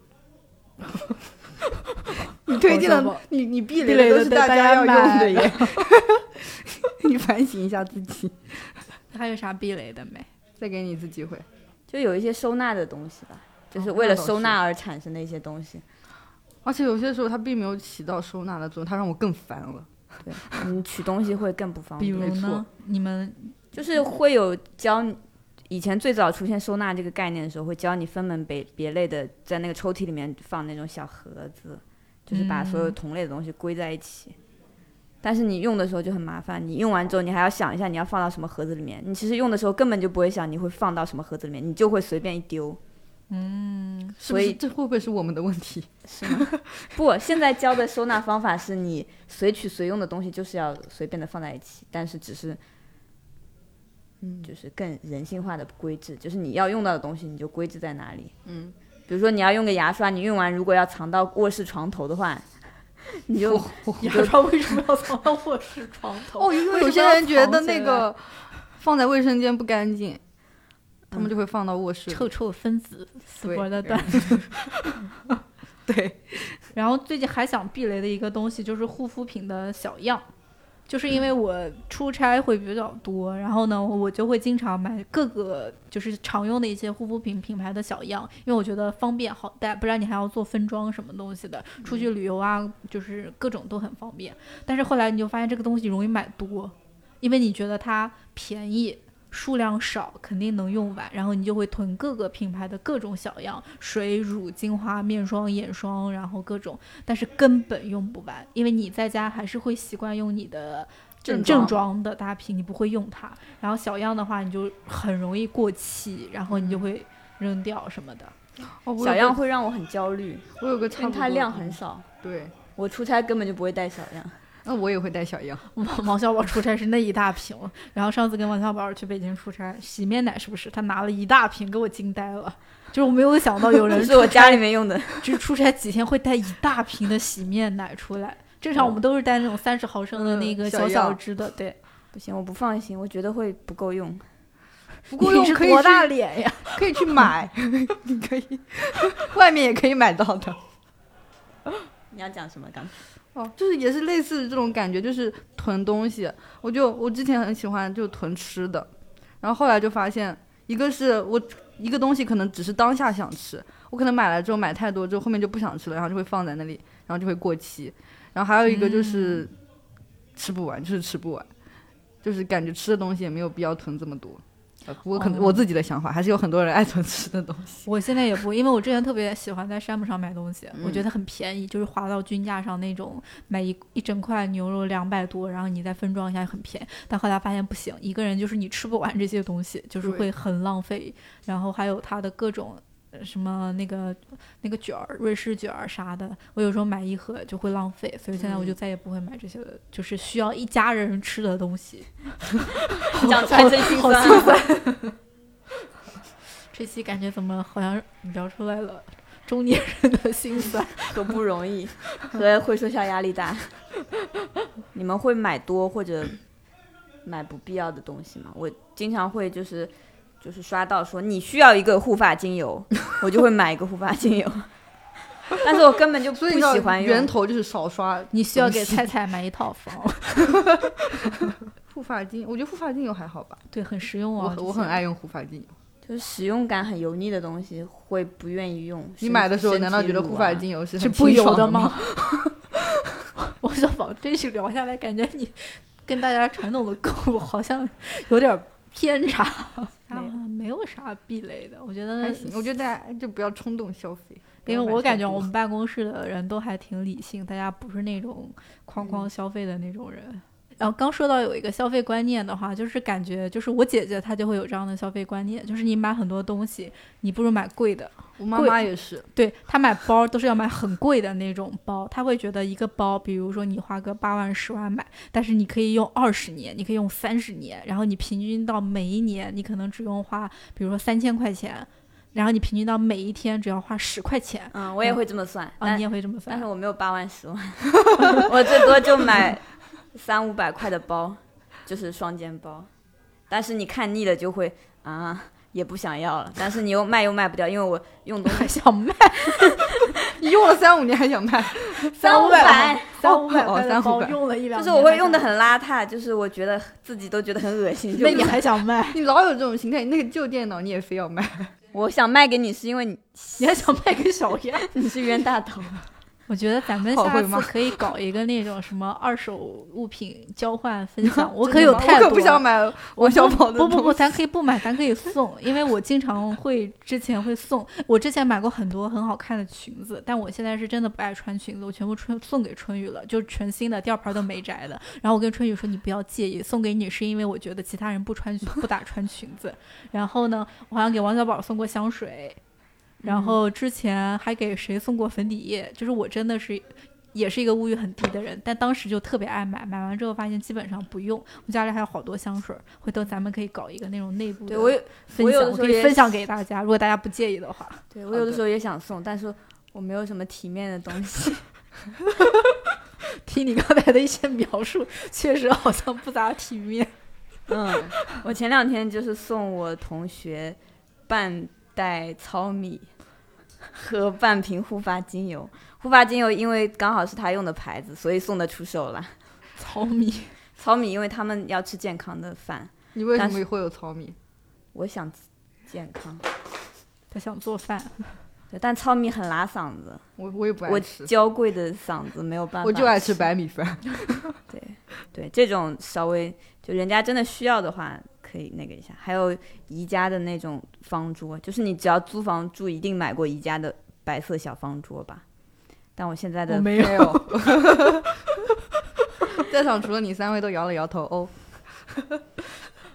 S3: 你推荐
S2: 好笑
S3: 的
S2: 吧
S3: 你你避
S2: 避雷
S3: 雷的
S2: 的
S3: 都是
S2: 大
S3: 大家
S2: 家
S3: 要
S2: 买
S3: 用的 耶，你反省一下自己，
S2: 还有啥避雷的没？
S3: 再给你一次机会。
S1: 就有一些收纳的东西吧，就是
S3: 哦
S1: 为
S3: 那
S1: 了
S3: 倒
S1: 收
S3: 是
S1: 纳而产生的一些东西。
S3: 而且有些时候它并没有起到收纳的作用，它让我更烦了。
S1: 你嗯取东西会更不方
S2: 比
S1: 便，
S2: 如
S3: 没
S2: 呢
S3: 错？
S2: 你们
S1: 就是会有教你以前最早出现收纳这个概念的时候，会教你分门别别类的，在那个抽屉里面放那种小盒子，就是把所有
S2: 嗯
S1: 同类的东西归在一起。但是你用的时候就很麻烦，你用完之后你还要想一下你要放到什么盒子里面。你其实用的时候根本就不会想你会放到什么盒子里面，你就会随便一丢，
S2: 嗯，
S3: 是不
S1: 所
S3: 是
S1: 以
S3: 这会不会是我们的问题？
S1: 是吗？ 不，现在教的收纳方法是你随取随用的东西就是要随便的放在一起，但是只是
S3: 嗯
S1: 就是更人性化的规制，就是你要用到的东西你就规制在哪里。
S3: 嗯，
S1: 比如说你要用个牙刷，你用完如果要藏到卧室床头的 话，你就
S2: 牙刷为什么要藏到卧室床头？
S3: 哦，因为
S2: 为
S3: 有
S2: 什
S3: 些
S2: 么要
S3: 人觉得
S2: 藏起
S3: 那
S2: 来
S3: 个放在卫生间不干净，他们就会放到卧室
S2: 嗯
S3: 里。
S2: 臭臭分子，死
S3: 对
S2: 活的段子。
S3: 对，
S2: 然后最近还想避雷的一个东西就是护肤品的小样，就是因为我出差会比较多，然后呢，我就会经常买各个就是常用的一些护肤品品牌的小样，因为我觉得方便好带，不然你还要做分装什么东西的，出去旅游啊，就是各种都很方便。但是后来你就发现这个东西容易买多，因为你觉得它便宜。数量少，肯定能用完，然后你就会囤各个品牌的各种小样，水、乳、精华、面霜、眼霜，然后各种，但是根本用不完，因为你在家还是会习惯用你的
S3: 正
S2: 正
S3: 装
S2: 装的大瓶，你不会用它。然后小样的话，你就很容易过期，然后你就会扔掉什么的。
S3: 哦
S1: 小样，会让我很焦 虑，
S3: 我有个我有个差
S1: 因为
S3: 不多
S1: 它量
S3: 的
S1: 很少，
S3: 对，
S1: 我出差根本就不会带小 样。
S3: 那我也会带小 样。
S2: 王王小宝出差是那一大瓶，然后上次跟王小宝去北京出差，洗面奶是不是？他拿了一大瓶，给我惊呆了。就是我没有 想到有人
S1: 这是我家里面用的，
S2: 就是出差几天会带一大瓶的洗面奶出来，正常我们都是带那种三十毫升的那个
S3: 嗯嗯小
S2: 小小
S3: 药
S2: 支的，对，
S1: 不行，我不放心，我觉得会不够用。
S3: 不过
S2: 你
S3: 又
S2: 是
S3: 可以
S2: 多大
S3: 去
S2: 脸呀？
S3: 可以去买， 你可以， 外面也可以买到的。
S1: 你要讲什么？刚才
S3: 哦，就是也是类似这种感觉，就是囤东西。我就我之前很喜欢就囤吃的，然后后来就发现，一个是我一个东西可能只是当下想吃，我可能买了之后买太多之后后面就不想吃了，然后就会放在那里，然后就会过期。然后还有一个
S1: 嗯
S3: 就是吃不完，就是吃不完，就是感觉吃的东西也没有必要囤这么多。呃不过可能
S2: 哦
S3: 我自己的想法，还是有很多人爱囤吃的东西。
S2: 我现在也不，因为我之前特别喜欢在山姆上买东西，我
S3: 嗯
S2: 觉得很便宜，就是划到均价上那种，买一一整块牛肉两百多，然后你再分装一下很便宜。但后来发现不行，一个人就是你吃不完这些东西，就是
S3: 对
S2: 会很浪费。然后还有它的各种。呃什么那个那个卷儿，瑞士卷儿啥的，我有时候买一盒就会浪费，所以现在我就
S3: 嗯
S2: 再也不会买这些了，就是需要一家人吃的东西。
S1: 讲出来真心
S2: 好
S1: 酸啊
S2: 兴奋！这期感觉怎么好像聊出来了中年人的心酸？
S1: 可不容易，和会说笑压力大。 你们会买多或者买不必要的东西吗？我经常会就是就是刷到说你需要一个护发精油，我就会买一个护发精油， 但是我根本就不
S3: 所以你知道
S1: 喜欢
S3: 源
S1: 用。
S3: 头就是少刷
S2: 你需要
S3: 东
S2: 给
S3: 西
S2: 菜菜买一套房，
S3: 护发精，我觉得护发精油还好吧，
S2: 对，很实用
S3: 我
S2: 啊。
S3: 很我很爱用护发精油。
S1: 就是使用感很油腻的东西会不愿意用。
S3: 你
S1: 身
S3: 买的时候
S1: 身体
S3: 难道觉得
S1: 乳
S3: 护
S1: 啊
S3: 发精油是
S2: 这些是
S3: 很
S2: 不
S3: 清
S2: 油
S3: 爽
S2: 的
S3: 的
S2: 吗？？ 我想往这期聊下来，感觉你跟大家传统的购物好像有点偏差。
S1: 没
S2: 啊
S1: 有，
S2: 没有啥壁垒的，我觉得
S3: 还嗯行，我觉得大家就不要冲动消费，
S2: 因为
S3: 不要
S2: 我
S3: 买太
S2: 感觉
S3: 多
S2: 我们办公室的人都还挺理性，大家不是那种哐哐消费的那种人。然后刚说到有一个消费观念的话，就是感觉就是我姐姐她就会有这样的消费观念，就是你买很多东西，你不如买贵的。
S3: 我妈妈也是，
S2: 对她买包都是要买很贵的那种包，她会觉得一个包，比如说你花个八万十万买，但是你可以用二十年，你可以用三十年，然后你平均到每一年，你可能只用花，比如说三千块钱，然后你平均到每一天只要花十块钱。
S1: 嗯，我也会这么算，
S2: 啊，
S3: 哎
S1: 但
S2: 你也会这么算
S1: 但 是？我没有八万十万， 我最多就买三五百块的包，就是双肩包。但是你看腻了就会啊，也不想要了。但是你又卖又卖不掉，因为我用东 西
S2: 还想卖
S3: 你用了三五年还想 卖，
S1: 三
S2: 五
S1: 百，
S2: 三五百
S3: 哦
S2: 块的
S3: 三
S2: 包
S3: 五百
S2: 用了一两
S1: 就
S2: 年，
S1: 是我会用的。很邋遢，就是我觉得自己都觉得很恶心。就
S2: 那你
S1: 是
S2: 还想卖？
S3: 你老有这种心态，你那个旧电脑你也非要卖，
S1: 我想卖给你是因为你
S2: 你还想卖给小燕？
S1: 你是冤大头，
S2: 我觉得咱们
S3: 好
S2: 下
S3: 会
S2: 次
S3: 骂
S2: 可以搞一个那种什么二手物品交换分 享， 我可
S3: 真的
S2: 有
S3: 吗
S2: 太
S3: 我
S2: 多。
S3: 可不想买 王小宝的
S2: 不不
S3: 东
S2: 不，
S3: 西
S2: 咱可以不买，咱可以送， 因为我经常会之前会送。我之前买过很多很好看的裙子，但我现在是真的不爱穿裙子，我全部春送给春雨了，就是全新的吊牌都没摘的。 然后我跟春雨说，你不要介意，送给你是因为我觉得其他人不穿裙不咋穿裙子。然后呢，我好像给王小宝送过香水，然后之前还给谁送过粉底液，就是我真的是。也是一个物欲很低的人，但当时就特别爱买，买完之后发现基本上不用。我家里还有好多香水，回头咱们可以搞一个那种内部的
S1: 对我有
S2: 分
S1: 我有
S2: 享，
S1: 的
S2: 我
S1: 时
S2: 可
S1: 候
S2: 以
S1: 也
S2: 分享给大家，如果大家不介意的话。
S1: 对我有的时候也想送，但是我没有什么体面的东西。
S2: 听你刚才的一些描述，确实好像不咋体面。
S1: 嗯， 我前两天就是送我同学半袋糙米和半瓶护发精油。护发精油因为刚好是他用的牌子，所以送的出手了。
S2: 糙米，
S1: 糙米因为他们要吃健康的饭，
S3: 你为什
S1: 但
S3: 么会有糙米？
S1: 我想健康，
S2: 他想做饭，
S1: 对，但糙米很拉嗓子，
S3: 我我也不爱
S1: 我
S3: 吃，
S1: 娇贵的嗓子没有办法。
S3: 我就爱吃白米 饭。
S1: 对对，这种稍微就人家真的需要的话，可以那个一下。还有宜家的那种方桌，就是你只要租房住，一定买过宜家的白色小方桌吧？但我现在
S2: 我
S1: 的
S2: 没有。
S3: 没有，在场除了你三位都摇了摇头。 哦，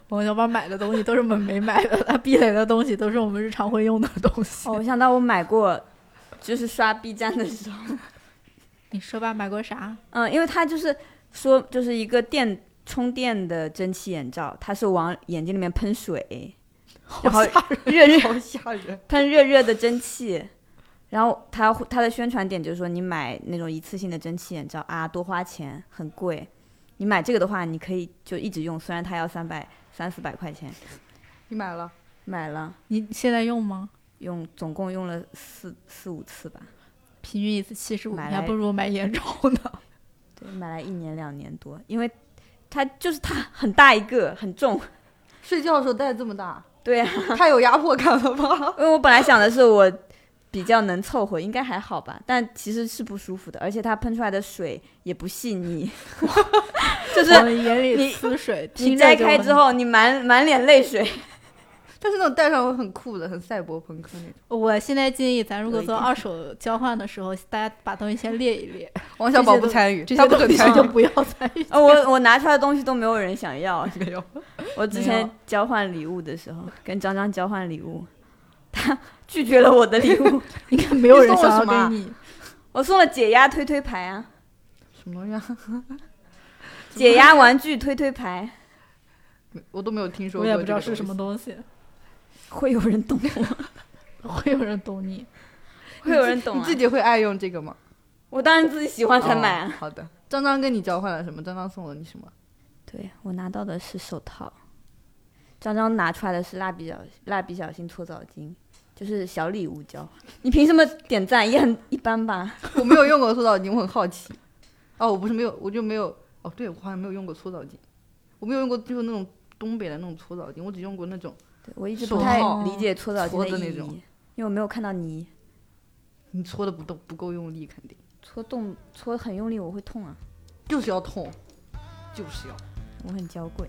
S2: 王小宝买的东西都是我们没买的，他壁垒的东西都是我们日常会用的东西。
S1: 哦，我想到我买过，就是刷 B 站的时候，
S2: 你说吧，买过啥？
S1: 嗯，因为它就是说就是一个电充电的蒸汽眼罩，它是往眼睛里面喷水，
S2: 好
S1: 然后
S2: 吓人！
S1: 热热
S3: 好吓人！
S1: 喷热热的蒸汽，然后他会他的宣传点就是说，你买那种一次性的蒸汽眼罩啊，多花钱，很贵。你买这个的话，你可以就一直用，虽然它要三百三四百块钱。
S3: 你买了？
S1: 买了，
S2: 你现在用吗？
S1: 用总共用了四四五次吧，
S2: 平均一次七十五，
S1: 买来
S2: 还不如买眼罩呢。
S1: 对，买来一年两年多，因为它就是它很大一个，很重。
S3: 睡觉的时候戴这 么大，
S1: 对呀、啊
S3: 太有压迫感了吧？
S1: 因为我本来想的是我比较能凑合，应该还好吧，但其实是不舒服的，而且它喷出来的水也不细腻， 就是
S2: 往眼里
S1: 你
S2: 呲水，
S1: 你
S2: 听着
S1: 摘
S2: 就
S1: 开
S2: 很
S1: 之，后，你满满脸泪水。
S3: 但是那种戴上会很酷的，很赛博朋克那种。
S2: 我现在建议咱如果
S1: 有一
S2: 做
S1: 点
S2: 二手交换的时候，大家把东西先列一列，
S3: 王小宝不参与，
S2: 这
S3: 他
S2: 些
S3: 不
S2: 东
S3: 准
S2: 西
S3: 参
S2: 就
S3: 与。
S2: 不要 参与。
S1: 呃，我我拿出来的东西都没有人想要。
S3: 没有，
S1: 我之
S2: 没
S1: 前
S2: 有
S1: 交换礼物的时候，跟张张交换礼物，他拒绝了我的礼物，
S2: 应该没有人
S3: 你送了
S2: 想
S3: 什么
S2: 要
S3: 啊
S2: 给你。
S1: 我送了解压推推牌啊，
S3: 什么东西啊？
S1: 解压玩具推推牌，
S3: 我都没有听说
S2: 我
S3: 过，
S2: 也不知道是什么。东西，
S1: 会有人懂我，
S2: 会有人懂你。
S1: 会有人懂
S3: 你
S1: 啊
S3: 自。己会爱用这个吗？
S1: 我当然自己喜欢才买
S3: 哦
S1: 啊。
S3: 好的，张张跟你交换了什么？ 张张送了你什么？
S1: 对我拿到的是手套，张张拿出来的是蜡笔小蜡笔小新搓澡巾，就是小礼物交换。你凭什么点赞？也很一般吧。
S3: 我没有用过搓澡巾，我很好奇。哦，我不是没有，我就没有。哦，对，我好像没有用过搓澡巾，我没有用过就是那种东北的那种搓澡巾，我只用过那种
S1: 对我一直
S3: 手
S1: 不太
S2: 套
S1: 理解搓澡巾
S3: 搓的
S1: 意
S3: 那
S1: 义，
S3: 种
S1: 因为我没有看到泥。
S3: 你搓的不动不够用力，肯定
S1: 搓动搓很用力，我会痛啊，
S3: 就是要痛，就是要。
S1: 我很娇贵。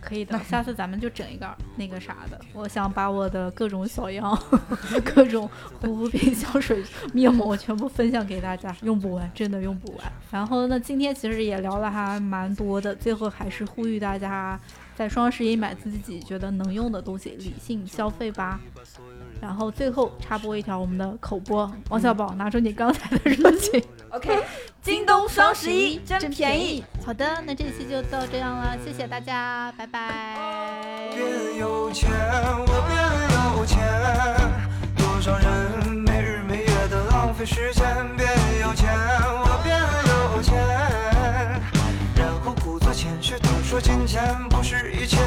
S2: 可以的，下次咱们就整一个那个啥的。我想把我的各种小样、 各种护肤品、香水、面膜全部分享给大家，用不完，真的用不完。然后呢，今天其实也聊了还蛮多的，最后还是呼吁大家在双十一买自己觉得能用的东西，理性消费吧。然后最后插播一条我们的口播，王小宝，拿出你刚才的热情。
S1: OK，京东双十一真便宜。。
S2: 好的，那这期就到这样了，谢谢大家，拜拜。
S4: 变有钱，我变有钱。多少人没日没夜的浪费时间，变有钱，我变有钱。然后故作谦虚地说金钱不是一切。